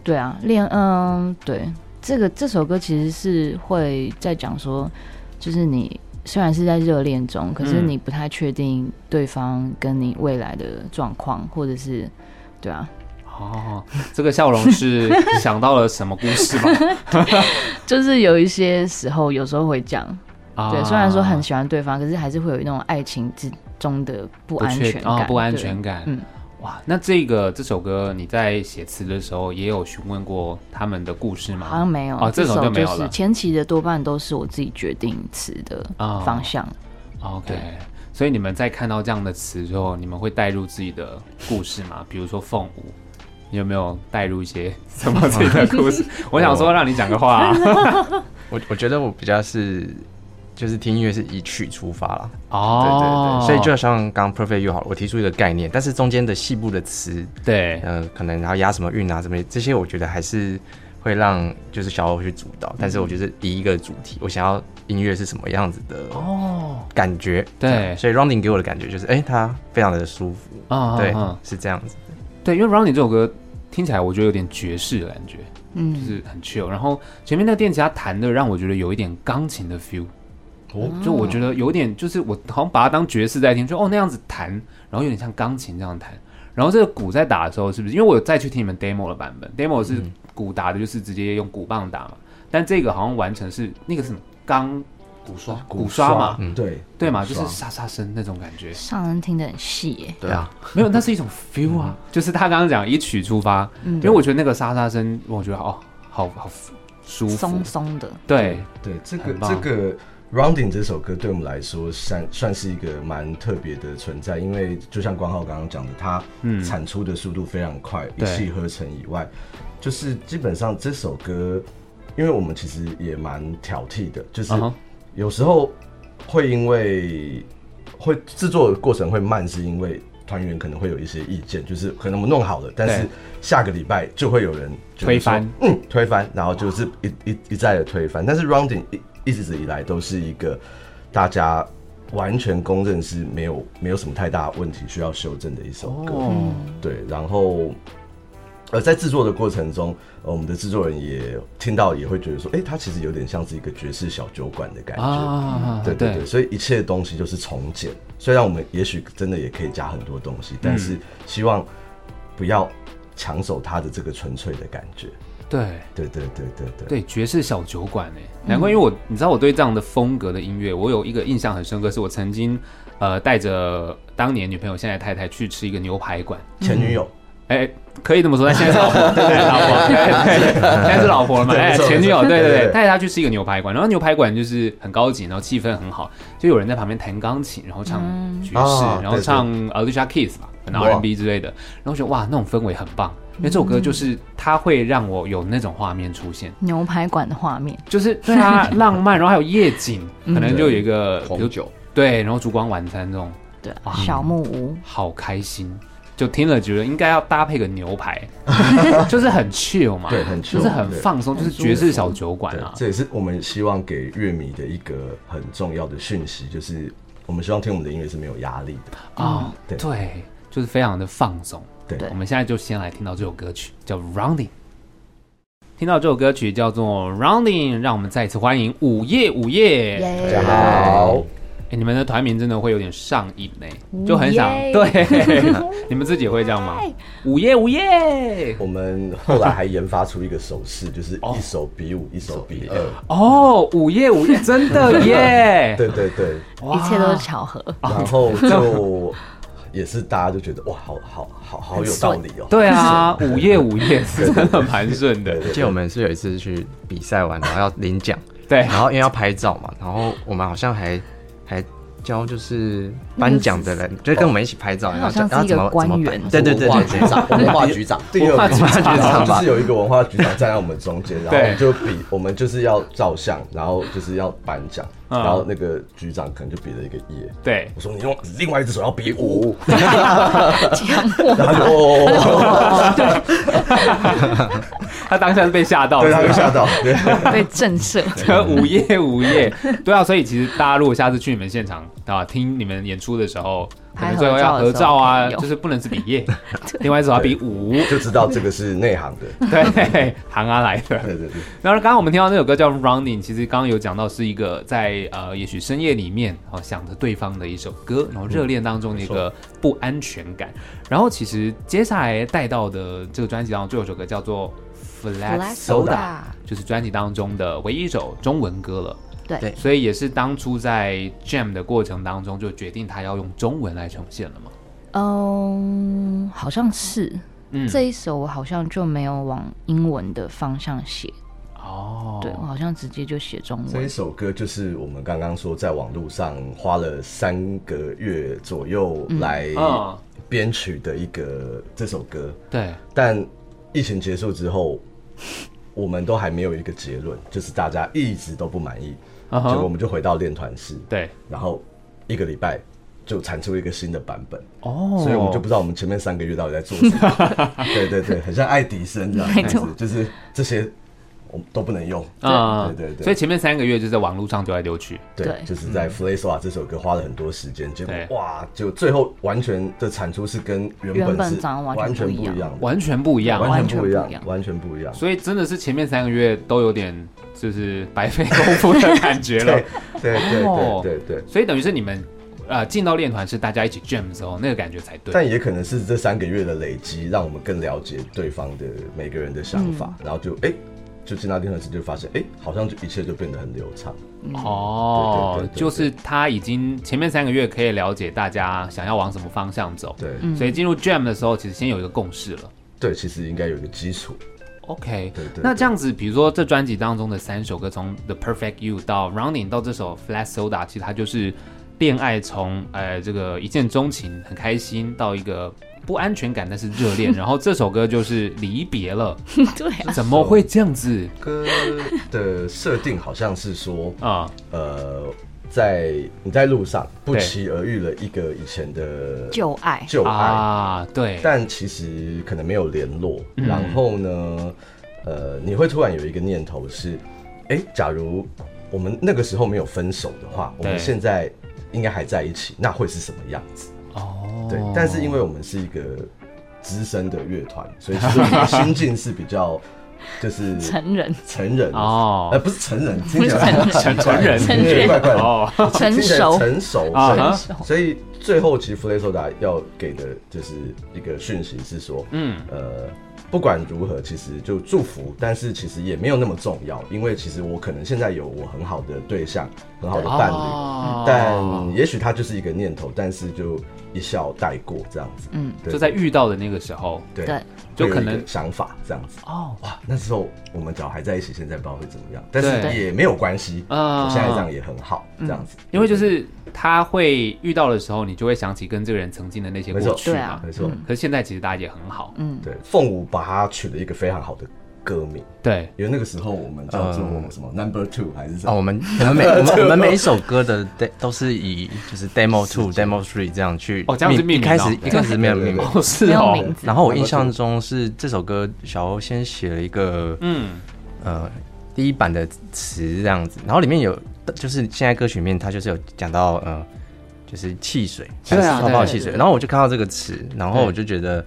Speaker 2: 对啊，恋嗯对，这个这首歌其实是会在讲说，就是你虽然是在热恋中，可是
Speaker 1: 嗯
Speaker 2: 你不太确定对方跟你未来的状况，或者是对啊，
Speaker 1: 哦，这个笑 容是想到了什么故事吗？
Speaker 2: 就是有一些时候，有时候会讲，
Speaker 1: 啊
Speaker 2: 对，虽然说很喜欢对方，可是还是会有那种爱情之中的不
Speaker 1: 不
Speaker 2: 安
Speaker 1: 确
Speaker 2: 全
Speaker 1: 啊
Speaker 2: 感，
Speaker 1: 不安全感。
Speaker 2: 嗯
Speaker 1: 哇，那这个这首歌你在写词的时候也有询问过他们的故事
Speaker 2: 对。
Speaker 1: 吗？
Speaker 2: 好像没有
Speaker 1: 哦这种
Speaker 2: 首
Speaker 1: 就没有
Speaker 2: 是
Speaker 1: 了
Speaker 2: 前期的多半都是我自己决定词的
Speaker 1: 哦
Speaker 2: 方向，
Speaker 1: OK，所以你们在看到这样的词之后，你们会带入自己的故事吗？比如说凤舞，你有没有带入一些什么自己的故 事？我想说让你讲个话、啊。
Speaker 3: 我我觉得我比较是，就是听音乐是以曲出发啦。对
Speaker 1: 哦
Speaker 3: 对对，所以就像刚刚 perfect 又好了，我提出一个概念，但是中间的细部的词，
Speaker 1: 对
Speaker 3: 呃，可能然后押什么韵啊，什么这些，我觉得还是会让就是小欧去主导。
Speaker 5: 嗯
Speaker 3: 但是我觉得以一个主题，我想要音乐是什么样子的
Speaker 1: 哦，
Speaker 3: 感觉，
Speaker 1: 对
Speaker 3: 这样所以 Rounding 给我的感觉就是，哎、它非常的舒服，
Speaker 1: 啊
Speaker 3: 对，
Speaker 1: 嗯
Speaker 3: 是这样子。
Speaker 1: 对，因为 Ronnie 这首歌听起来我觉得有点爵士的感觉，就
Speaker 2: 嗯，
Speaker 1: 是很 chill。然后前面那个电吉他弹的让我觉得有一点钢琴的 feel。哦，就我觉得有点，就是我好像把它当爵士在听，就哦那样子弹，然后有点像钢琴这样弹，然后这个鼓在打的时候，是不是？因为我有再去听你们 demo 的版本，demo 是鼓打的，就是直接用鼓棒打嘛，但这个好像完成是那个是什么钢
Speaker 5: 鼓刷
Speaker 1: 鼓刷嘛，
Speaker 4: 嗯对
Speaker 1: 对嘛，
Speaker 4: 鼓
Speaker 1: 就
Speaker 4: 刷
Speaker 1: 是沙沙声那种感觉，
Speaker 2: 上人听得很细耶，
Speaker 5: 对啊，
Speaker 1: 没有，那是一种 feel 啊， 就是他刚刚讲以曲出发，因为我觉得那个沙沙声，我觉得哦，好好舒服
Speaker 2: 松，松的，
Speaker 1: 对，
Speaker 4: 对，这个
Speaker 1: 很棒
Speaker 4: 这个 Rounding 这首歌对我们来说算算是一个蛮特别的存在，因为就像光浩刚刚讲的，它
Speaker 1: 嗯
Speaker 4: 产出的速度非常快，一
Speaker 1: 对
Speaker 4: 气呵成以外，就是基本上这首歌，因为我们其实也蛮挑剔的，就是
Speaker 1: 嗯哼
Speaker 4: 有时候会因为会制作的过程会慢，是因为。团员可能会有一些意见，就是可能我们弄好了，但是
Speaker 1: 对
Speaker 4: 下个礼拜就会有人觉得
Speaker 1: 推
Speaker 4: 说
Speaker 1: 翻
Speaker 4: 嗯，推翻， 然后就是一一一再的推翻。但是 Rounding 一一直以来都是一个大家完全公认是没有没有什么太大问题需要修正的一首歌。
Speaker 1: 哦，
Speaker 4: 对，然后呃，在制作的过程中，呃我们的制作人也听到也会觉得说，哎、它其实有点像是一个爵士小酒馆的感觉。
Speaker 1: 啊，
Speaker 4: 对对对，所以一切东西就是重建。虽然我们也许真的也可以加很多东西，但是希望不要抢走它的这个纯粹的感觉。
Speaker 1: 对
Speaker 4: 对嗯对对对对。
Speaker 1: 对，爵士小酒馆哎，难怪，因为我你知道我对这样的风格的音乐，我有一个印象很深刻，是我曾经呃带着当年女朋友现在太太去吃一个牛排馆，
Speaker 4: 前女友，
Speaker 1: 哎，可以这么说，但现在是老 婆，对对，老婆，对对，现在是老婆了嘛？
Speaker 4: 对没
Speaker 1: 哎，
Speaker 4: 错
Speaker 1: 前女友，
Speaker 4: 没错
Speaker 1: 对对
Speaker 4: 对
Speaker 1: 对，
Speaker 4: 对
Speaker 1: 带她去吃一个牛排馆，然后牛排馆就是很高级，然后气氛很好，就有人在旁边弹钢琴，然后唱爵士
Speaker 4: 啊，
Speaker 1: 然后
Speaker 4: 对对
Speaker 1: 唱 Alicia Keys 吧，然后
Speaker 4: 哇
Speaker 1: R&B 之类的，然后觉得哇，那种氛围很棒，因为这首歌就是它会让我有那种画面出现。
Speaker 2: 牛排馆的画面，
Speaker 1: 就是对啊，浪漫，然后还有夜景，可能就有一个比如
Speaker 5: 红酒
Speaker 1: 对，然后烛光晚餐这种，
Speaker 2: 对啊，小木屋，
Speaker 1: 好开心。就听了觉得应该要搭配个牛排， 就是很 chill 嘛，
Speaker 4: 对很 chill，
Speaker 1: 就是很放松，就是爵士小酒馆
Speaker 4: 对
Speaker 1: 啊，
Speaker 4: 这也是我们希望给乐迷的一个很重要的讯息，就是我们希望听我们的音乐是没有压力的。
Speaker 1: 啊，
Speaker 4: 嗯对
Speaker 1: 对，就是非常的放松。
Speaker 4: 对
Speaker 1: 我们现在就先来听到这首歌曲，叫《Rounding》。听到这首歌曲叫做《Rounding》，让我们再一次欢迎午夜午夜。嗯
Speaker 2: 耶
Speaker 4: 大家好，
Speaker 1: 你们的团名真的会有点上瘾呢、就很想
Speaker 2: 耶
Speaker 1: 对， 你们自己也会这样
Speaker 2: 哎
Speaker 1: 吗？午夜午夜，
Speaker 4: 我们后来还研发出一个手势，就是一手比五，一手比二。
Speaker 1: 哦，午夜午夜，真的耶，
Speaker 4: 对对对，
Speaker 1: 哇
Speaker 2: 一切都是巧合。
Speaker 4: 然后就也是大家就觉得哇，好好好好有道理哦。
Speaker 1: 对啊，午夜午夜是真的蛮顺的，
Speaker 3: 记得我们是有一次去比赛完，然后要领奖，
Speaker 1: 对
Speaker 3: 然后因为要拍照嘛，然后我们好像还还教就是颁奖的人，就是跟我们一起拍照，
Speaker 2: 他
Speaker 3: 然后
Speaker 2: 好像
Speaker 3: 然
Speaker 2: 是
Speaker 3: 后
Speaker 2: 一
Speaker 3: 怎么
Speaker 2: 个官
Speaker 3: 怎么
Speaker 2: 员
Speaker 5: 啊
Speaker 3: 办对对对
Speaker 5: 文化
Speaker 3: 对
Speaker 5: 局
Speaker 3: 对，
Speaker 5: 长，文化局长，
Speaker 4: 第二个
Speaker 3: 文化局长吧
Speaker 4: 就是有一个文化局长站在我们中间，然后
Speaker 1: 对
Speaker 4: 我们就比，我们就是要照相，然后就是要颁奖，
Speaker 1: 嗯
Speaker 4: 然后那个局长可能就比了一个耶。
Speaker 1: 对，
Speaker 4: 我说你用另外一只手要比五，
Speaker 2: 强 迫
Speaker 4: 然后他就哦，
Speaker 1: 他当下是被吓到，
Speaker 4: 对，他就吓到，对，
Speaker 2: 被震慑，
Speaker 1: 午夜午夜，对啊，所以其实大家如果下次去你们现场啊，听你们演出的时候，可
Speaker 2: 拍
Speaker 1: 能
Speaker 2: 合
Speaker 1: 最后要
Speaker 2: 照的
Speaker 1: 合
Speaker 2: 时候
Speaker 1: 照啊，
Speaker 2: 可以有
Speaker 1: 就是不能是比 耶，另外一首要比五，
Speaker 4: 就知道这个是内行的。
Speaker 1: 对，行啊来的。
Speaker 4: 对对对，
Speaker 1: 然后刚刚我们听到那首歌叫《Running》，其实刚刚有讲到是一个在呃，也许深夜里面哦想着对方的一首歌，然后热恋当中的一个不安全感。然后其实接下来带到的这个专辑当中，最后一首歌叫做《Flat
Speaker 2: Flat
Speaker 1: Soda》
Speaker 2: Soda，
Speaker 1: 就是专辑当中的唯一一首中文歌了。
Speaker 2: 对
Speaker 3: 对
Speaker 1: 所以也是当初在 Jam 的过程当中就决定他要用中文来呈现了嘛。
Speaker 2: 嗯，好像是
Speaker 1: 嗯，
Speaker 2: 这一首，我好像就没有往英文的方向写，
Speaker 1: 哦，
Speaker 2: 对我好像直接就写中
Speaker 4: 这一
Speaker 2: 文。
Speaker 4: 首歌就是我们刚刚说在网络上花了三个月左右来
Speaker 1: 嗯
Speaker 4: 编曲的一个这首歌，
Speaker 1: 对，
Speaker 4: 但疫情结束之后，我们都还没有一个结论，就是大家一直都不满意，
Speaker 1: 嗯
Speaker 4: 结果我
Speaker 1: 哼，
Speaker 4: 们就回到练团室，
Speaker 1: 对，
Speaker 4: 然后一个礼拜就产出一个新的版本，
Speaker 1: 哦，
Speaker 4: 所以我们就不知道我们前面三个月到底在做什么。 对对对，很像爱迪生这样
Speaker 2: 没
Speaker 4: 子
Speaker 2: 错，
Speaker 4: 就是这些我们都不能用。
Speaker 1: 啊，
Speaker 4: 对对对
Speaker 1: 所以前面三个月就在网络上丢来丢去，
Speaker 4: 对
Speaker 2: 对，
Speaker 4: 就是在《f l a s o a 这首歌花了很多时间，结果
Speaker 1: 对
Speaker 4: 哇，就最后完全的产出是跟原
Speaker 2: 原
Speaker 4: 本
Speaker 2: 本
Speaker 4: 是
Speaker 2: 长得完
Speaker 4: 完
Speaker 2: 全
Speaker 4: 全
Speaker 2: 不
Speaker 4: 不
Speaker 2: 一样
Speaker 4: 一样的，
Speaker 1: 完全不一样。
Speaker 4: 完
Speaker 2: 完
Speaker 4: 全
Speaker 2: 全
Speaker 4: 不一
Speaker 2: 不一
Speaker 4: 样，
Speaker 2: 样
Speaker 4: 完全不一样。
Speaker 1: 所以真的是前面三个月都有点就是白费功夫的感觉了
Speaker 4: 对。对
Speaker 1: 哦
Speaker 4: 对对对对，
Speaker 1: 所以等于是你们呃进到练团是大家一起 jam 之后，那个感觉才对。
Speaker 4: 但也可能是这三个月的累积，让我们更了解对方的每个人的想法，
Speaker 1: 嗯
Speaker 4: 然后就哎、就进到电视就发现哎、好像就一切就变得很流畅。对
Speaker 1: 哦
Speaker 4: 对对，对
Speaker 1: 就是他已经前面三个月可以了解大家想要往什么方向走，
Speaker 4: 对、
Speaker 1: 所以进入 jam 的时候，其实先有一个共识了。
Speaker 4: 对，其实应该有一个基础。
Speaker 1: OK，
Speaker 4: 对对对
Speaker 1: 那这样子，比如说这专辑当中的三首歌，从《The Perfect You》到《Running》到这首《Flat Soda》，其实它就是恋爱从呃这个一见钟情很开心到一个不安全感，但是热 恋，然后这首歌就是离别了，
Speaker 2: 对啊，
Speaker 1: 怎么会这样子
Speaker 4: 歌的设定好像是说，
Speaker 1: 啊、
Speaker 4: 呃，在你在路上不
Speaker 1: 对
Speaker 4: 期而遇了一个以前的
Speaker 2: 旧爱，
Speaker 4: 旧爱，
Speaker 1: 啊？对，
Speaker 4: 但其实可能没有联络。
Speaker 1: 嗯
Speaker 4: 然后呢，呃，你会突然有一个念头是，哎，假如我们那个时候没有分手的话，我们
Speaker 1: 对
Speaker 4: 现在应该还在一起，那会是什么样子？
Speaker 1: 哦，
Speaker 4: 对，但是因为我们是一个资深的乐团，所以其实我们的心境是比 较就是
Speaker 2: 成人，
Speaker 4: 成人
Speaker 1: 哦
Speaker 4: 呃，不是成人，听起来
Speaker 1: 成成人
Speaker 4: 听起来怪怪的，
Speaker 1: 哦，
Speaker 2: 成
Speaker 4: 听起来
Speaker 2: 熟，
Speaker 4: 成熟
Speaker 1: 啊
Speaker 4: 对
Speaker 1: 哈
Speaker 4: 所以最后其实 f l a s o d a 要给的就是一个讯息是说，
Speaker 1: 嗯，
Speaker 4: 呃，不管如何，其实就祝福，但是其实也没有那么重要，因为其实我可能现在有我很好的对象，很好的伴侣，
Speaker 1: 哦
Speaker 4: 但也许它就是一个念头，但是就一笑带过这样子，
Speaker 2: 嗯，
Speaker 4: 对
Speaker 1: 就在遇到的那个时候，
Speaker 4: 对
Speaker 2: 对，
Speaker 1: 就
Speaker 4: 会有
Speaker 1: 可
Speaker 4: 一个
Speaker 1: 能
Speaker 4: 想法这样子。
Speaker 1: 哦，
Speaker 4: 哇，那时候我们只要还在一起，现在不知道会怎么样，但
Speaker 1: 对
Speaker 4: 是也没有关系，
Speaker 1: 啊
Speaker 4: 我现在这样也很好，这样子，
Speaker 1: 嗯因为就是他会遇到的时候，你就会想起跟这个人曾经的那些
Speaker 4: 没
Speaker 1: 过
Speaker 4: 错
Speaker 1: 去
Speaker 2: 对啊
Speaker 1: 嘛。
Speaker 4: 没错，
Speaker 1: 可是现在其实大家也很好，
Speaker 2: 嗯，
Speaker 4: 对，凤舞把它取了一个非常好的歌名，
Speaker 1: 对，
Speaker 4: 因为那个时候我们叫做
Speaker 1: 嗯
Speaker 4: 什么 Number Two 还是什
Speaker 3: 哦，我
Speaker 4: 么？
Speaker 3: 们我们 每我们我们每一首歌的 de- 都是以就是 demo two、demo three 这样去
Speaker 1: 哦这样子命
Speaker 3: 一
Speaker 1: 名
Speaker 3: 开
Speaker 1: 哦
Speaker 3: 始一开始没有
Speaker 4: 对对
Speaker 3: 命名
Speaker 4: 对，
Speaker 1: 哦是
Speaker 2: 没有
Speaker 1: 哦，
Speaker 2: 名字
Speaker 3: 然后我印象中是这首歌小欧先写了一个
Speaker 1: 嗯，
Speaker 3: 呃第一版的词这样子，然后里面有就是现在歌曲里面它就是有讲到呃就是汽水，
Speaker 1: 对啊
Speaker 3: 泡泡
Speaker 1: 对
Speaker 3: 汽水，
Speaker 2: 对
Speaker 3: 然后我就看到这个词，然后我就觉得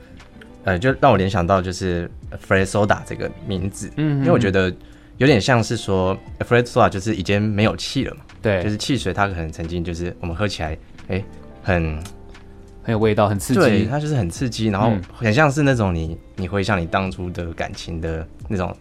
Speaker 3: 呃就让我联想到就是 f r e s o d a 这个名字，
Speaker 1: 嗯
Speaker 3: 呃因为我觉得有点像是说 f r e s o d a 就是已经没有气了嘛，
Speaker 1: 对，
Speaker 3: 就是汽水它可能曾经就是我们喝起来，哎、很
Speaker 1: 很有味道，很刺
Speaker 3: 对，
Speaker 1: 激。
Speaker 3: 它就是很刺激，然后
Speaker 1: 嗯
Speaker 3: 很像是那种你你回想你当初的感情的那种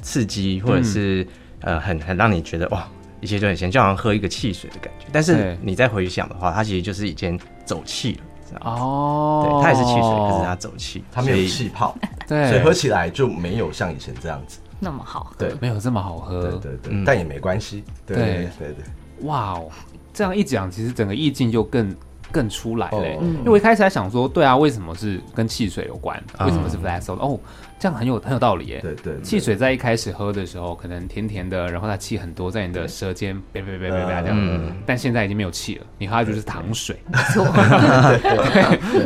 Speaker 3: 刺激，或者是、
Speaker 1: 嗯
Speaker 3: 呃很很让你觉得哇，一切就很鲜，就好像喝一个汽水的感觉。但是
Speaker 1: 对
Speaker 3: 你再回想的话，它其实就是已经走气了，知道吗？
Speaker 1: 哦
Speaker 3: 对，，它也是汽水，可是它走气，
Speaker 4: 它没有
Speaker 3: 所以
Speaker 4: 气泡，所以喝
Speaker 1: 对，
Speaker 4: 起来就没有像以前这样子。
Speaker 2: 那么好喝，
Speaker 4: 对
Speaker 1: 没有这么好喝。
Speaker 4: 对对对，
Speaker 3: 嗯
Speaker 4: 但也没关系。对
Speaker 1: 对
Speaker 4: 对对对，
Speaker 1: 哇哦，这样一讲，其实整个意境就更更出来了欸、
Speaker 4: 哦
Speaker 2: 嗯
Speaker 1: 因为我一开始还想说，对啊，为什么是跟汽水有关？
Speaker 3: 嗯
Speaker 1: 为什么是 flat soda？、哦，这样很有很有道理耶、
Speaker 4: 对对对
Speaker 1: 汽水在一开始喝的时候，可能甜甜的，然后它气很多，在你的舌尖别别别别别这样、
Speaker 3: 嗯
Speaker 1: 但现在已经没有气了，你喝的就是糖水，
Speaker 2: 错，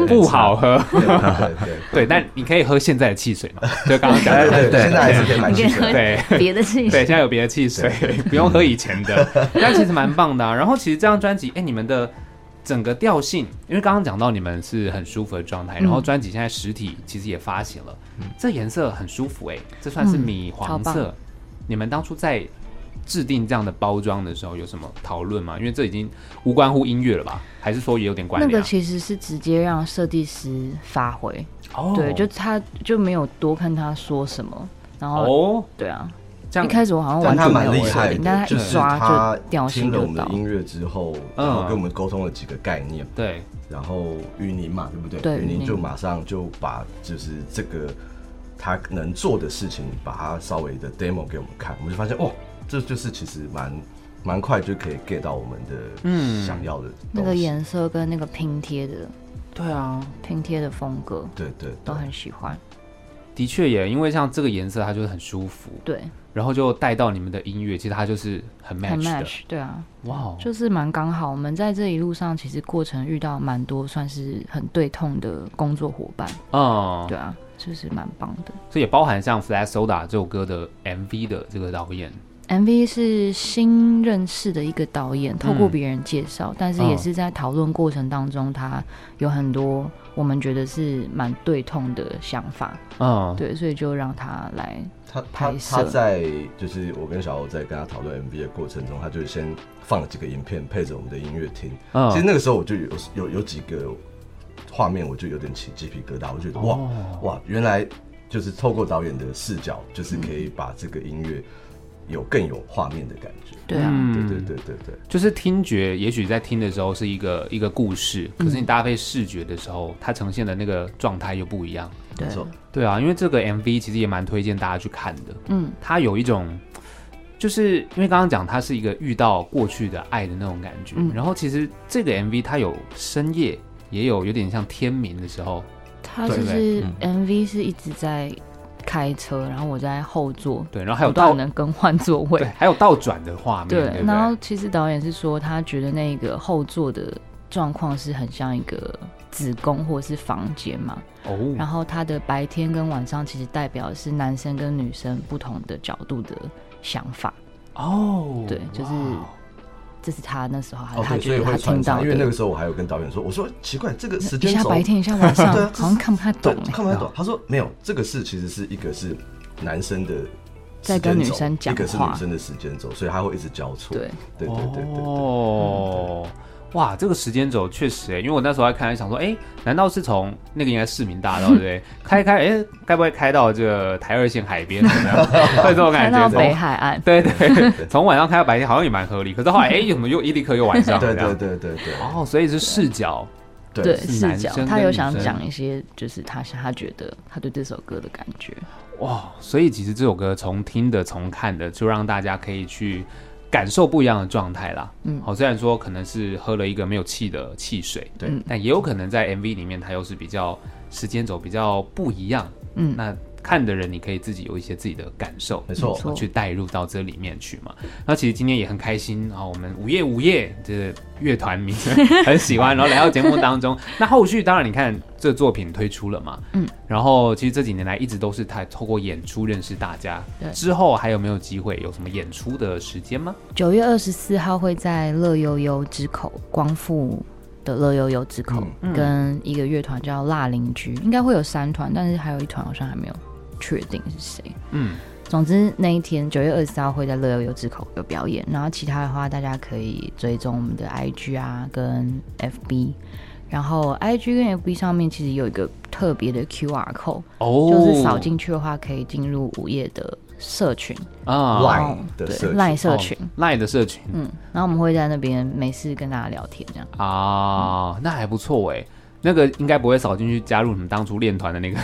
Speaker 1: 不好喝。
Speaker 4: 对对对
Speaker 1: 对，但你可以喝现在的汽水嘛，就刚刚讲
Speaker 4: 哎
Speaker 1: 的。
Speaker 4: 对对，
Speaker 3: 对
Speaker 4: 现在还是可以买
Speaker 2: 你可
Speaker 4: 汽
Speaker 2: 以
Speaker 4: 水。
Speaker 2: 喝
Speaker 1: 对
Speaker 2: 别的汽
Speaker 1: 对，
Speaker 2: 水，
Speaker 1: 现在有别的汽水，不用喝以前的，但其实蛮棒的、啊。然后其实这张专辑，哎、你们的整个调性，因为刚刚讲到你们是很舒服的状态，然后专辑现在实体其实也发行了，这颜色很舒服、哎，这算是米黄
Speaker 2: 嗯超
Speaker 1: 色。你们当初在制定这样的包装的时候有什么讨论吗？因为这已经无关乎音乐了吧？还是说也有点关
Speaker 2: 那
Speaker 1: 联、
Speaker 2: 个
Speaker 1: 啊？
Speaker 2: 其实是直接让设计师发挥，
Speaker 1: 哦
Speaker 2: 对，就他就没有多看他说什么，然后、
Speaker 1: 哦，
Speaker 2: 对啊，
Speaker 1: 这样
Speaker 2: 一开始我好像
Speaker 4: 但
Speaker 2: 完
Speaker 4: 他
Speaker 2: 全没有
Speaker 4: 蛮厉害
Speaker 2: 设定，但他
Speaker 4: 的，
Speaker 2: 一
Speaker 4: 是
Speaker 2: 抓
Speaker 4: 他
Speaker 2: 就调性
Speaker 4: 听了
Speaker 2: 就
Speaker 4: 我们
Speaker 2: 到
Speaker 4: 的，音乐之后，
Speaker 1: 嗯
Speaker 4: 然后跟我们沟通了几个概念，
Speaker 1: 对，
Speaker 4: 然后雨宁嘛，对不对？
Speaker 2: 对
Speaker 4: 雨
Speaker 2: 云
Speaker 4: 宁
Speaker 2: 林
Speaker 4: 就马上就把就是这个他能做的事情，把它稍微的 demo 给我们看，我们就发现哇，这就是其实蛮蛮快就可以 get 到我们
Speaker 1: 嗯
Speaker 4: 的想要的
Speaker 2: 那
Speaker 4: 东
Speaker 2: 个
Speaker 4: 西
Speaker 2: 颜色跟那个拼贴的
Speaker 1: 对啊，
Speaker 2: 拼贴的风格
Speaker 4: 对对
Speaker 2: 都
Speaker 4: 对，
Speaker 2: 很喜欢，
Speaker 1: 的确也，因为像这个颜色它就是很舒服，
Speaker 2: 对，
Speaker 1: 然后就带到你们的音乐，其实它就是很 match 的。
Speaker 2: 很 match，对啊，
Speaker 1: 哇哦，
Speaker 2: 就是蛮刚好。我们在这一路上，其实过程遇到蛮多算是很对痛的工作伙伴，
Speaker 1: 嗯，
Speaker 4: 哦
Speaker 2: 对啊，就是蛮棒的。
Speaker 1: 这也包含像《Flat Soda》这首歌的 MV 的这个导演，
Speaker 2: MV 是新认识的一个导演，透过别人介绍，但是
Speaker 1: 嗯
Speaker 2: 也是在讨论过程当中，他有很多我们觉得是蛮对痛的想法，
Speaker 1: 嗯，
Speaker 2: 对，所以就让他来，
Speaker 4: 他他
Speaker 2: 拍摄
Speaker 4: 他在就是我跟小欧在跟他讨论 MV 的过程中，他就先放了几个影片配着我们的音乐听。
Speaker 1: 嗯
Speaker 4: 其实那个时候我就有有有几个画面，我就有点起鸡皮疙瘩，我就觉得哇、
Speaker 2: 哦
Speaker 4: 哇，原来就是透过导演的视角，就是可以把这个音乐嗯有更有画面的感觉。
Speaker 2: 对啊，
Speaker 1: 嗯
Speaker 4: 对对对对对，
Speaker 1: 就是听觉，也许在听的时候是一个一个故事，
Speaker 2: 嗯
Speaker 1: 可是你搭配视觉的时候，它呈现的那个状态又不一样。
Speaker 2: 对
Speaker 4: 没，错，
Speaker 1: 对啊，因为这个 MV 其实也蛮推荐大家去看的，
Speaker 2: 嗯，
Speaker 1: 它有一种，就是因为刚刚讲它是一个遇到过去的爱的那种感觉，
Speaker 2: 嗯
Speaker 1: 然后其实这个 MV 它有深夜，也有有点像天明的时候，
Speaker 2: 他
Speaker 1: 对
Speaker 2: 就
Speaker 1: 对嗯
Speaker 2: 是 MV 是一直在开车，然后我在后座，
Speaker 1: 对，然后还有
Speaker 2: 不断
Speaker 1: 倒
Speaker 2: 地能更换座
Speaker 1: 对，
Speaker 2: 位，
Speaker 1: 还有倒转的画面，对不
Speaker 2: 对
Speaker 1: 对，。
Speaker 2: 然后其实导演是说，他觉得那个后座的状况是很像一个子宫或是房间嘛，
Speaker 4: 嗯
Speaker 1: 哦，
Speaker 2: 然后他的白天跟晚上其实代表的是男生跟女生不同的角度的想法，
Speaker 1: 哦，
Speaker 2: 对就是
Speaker 1: 哇
Speaker 2: 这是他那时候他
Speaker 4: 哦
Speaker 2: 他
Speaker 4: 对，所
Speaker 2: 觉
Speaker 4: 以
Speaker 2: 得他
Speaker 4: 会
Speaker 2: 听
Speaker 4: 穿
Speaker 2: 到
Speaker 4: 插，
Speaker 2: 的，
Speaker 4: 因为那个时候我还有跟导演说，我说奇怪，这个时
Speaker 2: 一
Speaker 4: 间
Speaker 2: 下
Speaker 4: 轴
Speaker 2: 白天一下晚上
Speaker 4: 对啊，这是
Speaker 2: 好像看不太
Speaker 4: 对
Speaker 2: 懂欸
Speaker 4: 看不太懂。他说没有，这个是其实是一个是男生的。
Speaker 2: 在跟女生讲
Speaker 4: 一个是
Speaker 2: 话
Speaker 4: 女生的时间轴，所以他会一直交错。
Speaker 2: 对
Speaker 4: 对对对对对。
Speaker 1: 哦，哇，这个时间轴确实欸，因为我那时候还看，还想说，哎、难道是从那个应该是市民大道对不对？开一开，哎、该不会开到这个台二线海边？怎么样会这种
Speaker 2: 看
Speaker 1: 感
Speaker 2: 到
Speaker 1: 觉？
Speaker 2: 北
Speaker 1: 从
Speaker 2: 海岸，
Speaker 1: 对对，从晚上开到白天好像也蛮合理，可是后来哎、怎么又一立刻又晚上了？
Speaker 4: 对
Speaker 1: 这样
Speaker 4: 对对对对
Speaker 1: 哦，所以是视角，
Speaker 4: 对
Speaker 2: 对
Speaker 1: 是男
Speaker 2: 视角
Speaker 1: 生，
Speaker 2: 他
Speaker 1: 跟
Speaker 2: 有
Speaker 1: 女
Speaker 2: 想
Speaker 1: 生
Speaker 2: 讲一些，就是他他觉得他对这首歌的感觉，
Speaker 1: 哇，所以其实这首歌从听的、从看的，就让大家可以去感受不一样的状态啦。嗯，好，虽然说可能是喝了一个没有气的汽水，
Speaker 4: 对
Speaker 1: 但也有可能在 MV 里面它又是比较时间轴比较不一样。
Speaker 2: 嗯
Speaker 1: 那看的人你可以自己有一些自己的感受，
Speaker 4: 没错
Speaker 2: 没错
Speaker 1: 哦去带入到这里面去嘛。那其实今天也很开心啊、我们午夜午夜这个乐团名 称很喜欢，然后来到节目当中。那后续当然你看这作品推出了嘛，嗯，然后其实这几年来一直都是他透过演出认识大家。
Speaker 2: 对
Speaker 1: 之后还有没有机会有什么演出的时间吗？
Speaker 2: 九月二十四号会在乐悠悠之口光复的乐悠悠之口，跟一个乐团叫辣邻居，应该会有三团，但是还有一团好像还没有确定是谁。
Speaker 1: 嗯，
Speaker 2: 总之那一天九月二十三会在乐悠悠之口有表演，然后其他的话大家可以追踪我们的 IG 啊跟 FB，然后 IG 跟 FB 上面其实有一个特别的 QR code，、
Speaker 1: 哦，
Speaker 2: 就是扫进去的话可以进入午夜的社群，
Speaker 1: 啊
Speaker 4: Line
Speaker 2: 哦
Speaker 4: 的
Speaker 2: 对
Speaker 4: 社群
Speaker 2: 赖社群，
Speaker 1: 哦，Line 的社群
Speaker 2: 嗯，然后我们会在那边没事跟大家聊天这样。嗯
Speaker 1: 啊，那还不错哎。那个应该不会扫进去加入你们当初练团的那 个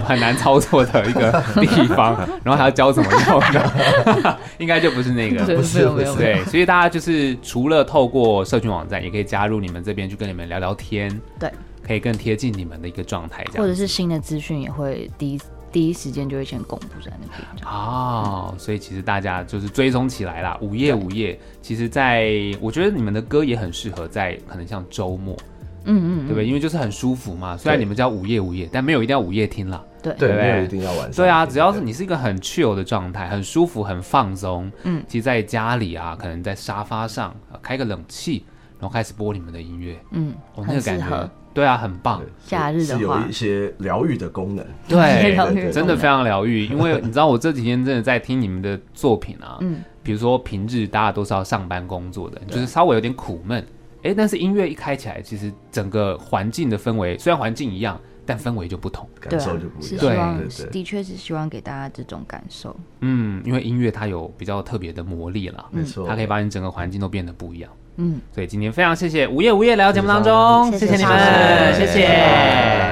Speaker 1: 很难操作的一个地方，然后还要交什么用 的，应该就不是那个。
Speaker 2: 对
Speaker 4: 不是
Speaker 2: 没有没
Speaker 4: 不
Speaker 2: 有
Speaker 4: 是
Speaker 2: 没有
Speaker 1: 对，所以大家就是除了透过社群网站，也可以加入你们这边去跟你们聊聊天，
Speaker 2: 对，
Speaker 1: 可以更贴近你们的一个状态，这
Speaker 2: 或
Speaker 1: 样
Speaker 2: 者
Speaker 1: 子。
Speaker 2: 是新的资讯也会第一第一时间就会先公布在那边这样。
Speaker 1: 哦，所以其实大家就是追踪起来啦。午夜午夜，其实在我觉得你们的歌也很适合在可能像周末，
Speaker 2: 嗯
Speaker 1: 对
Speaker 2: 嗯
Speaker 1: 不对？因为就是很舒服嘛。虽然
Speaker 4: 对
Speaker 1: 你们叫午夜午夜，但没有一定要午夜听啦。
Speaker 2: 对
Speaker 4: 对，
Speaker 1: 对
Speaker 4: 没有一定要晚上听。
Speaker 1: 对啊，只要是
Speaker 4: 对
Speaker 1: 你是一个很 chill 的状态，很舒服、很放松，嗯，其实在家里啊，可能在沙发上、呃开个冷气，然后开始播你们的音乐，
Speaker 2: 嗯，
Speaker 1: 哦，那
Speaker 2: 很
Speaker 1: 个
Speaker 2: 适
Speaker 1: 感
Speaker 2: 合
Speaker 1: 觉，。对啊，很棒。
Speaker 2: 假日的
Speaker 4: 是有
Speaker 2: 话
Speaker 4: 一，些疗愈的功能。
Speaker 1: 对
Speaker 2: 疗愈
Speaker 1: 真的非常疗愈，因为你知道我这几天真的在听你们的作品啊，嗯
Speaker 2: 嗯，
Speaker 1: 比如说平日大家都是要上班工作的，就是稍微有点苦闷，哎，但是音乐一开起来，其实整个环境的氛围虽然环境一样，但氛围就不同，
Speaker 4: 感
Speaker 2: 对
Speaker 4: 受
Speaker 2: 啊
Speaker 4: 就，不一
Speaker 2: 是希
Speaker 4: 样。
Speaker 1: 对
Speaker 2: 望
Speaker 4: 对对，
Speaker 2: 的确是希望给大家这种感受。
Speaker 1: 嗯，因为音乐它有比较特别的魔力啦，
Speaker 4: 没错，
Speaker 1: 它可以把你整个环境都变得不一样。
Speaker 2: 嗯，
Speaker 1: 所以今天非常谢谢午夜午夜来到节目当中，
Speaker 2: 谢谢
Speaker 1: 你们，
Speaker 2: 谢谢
Speaker 1: 谢谢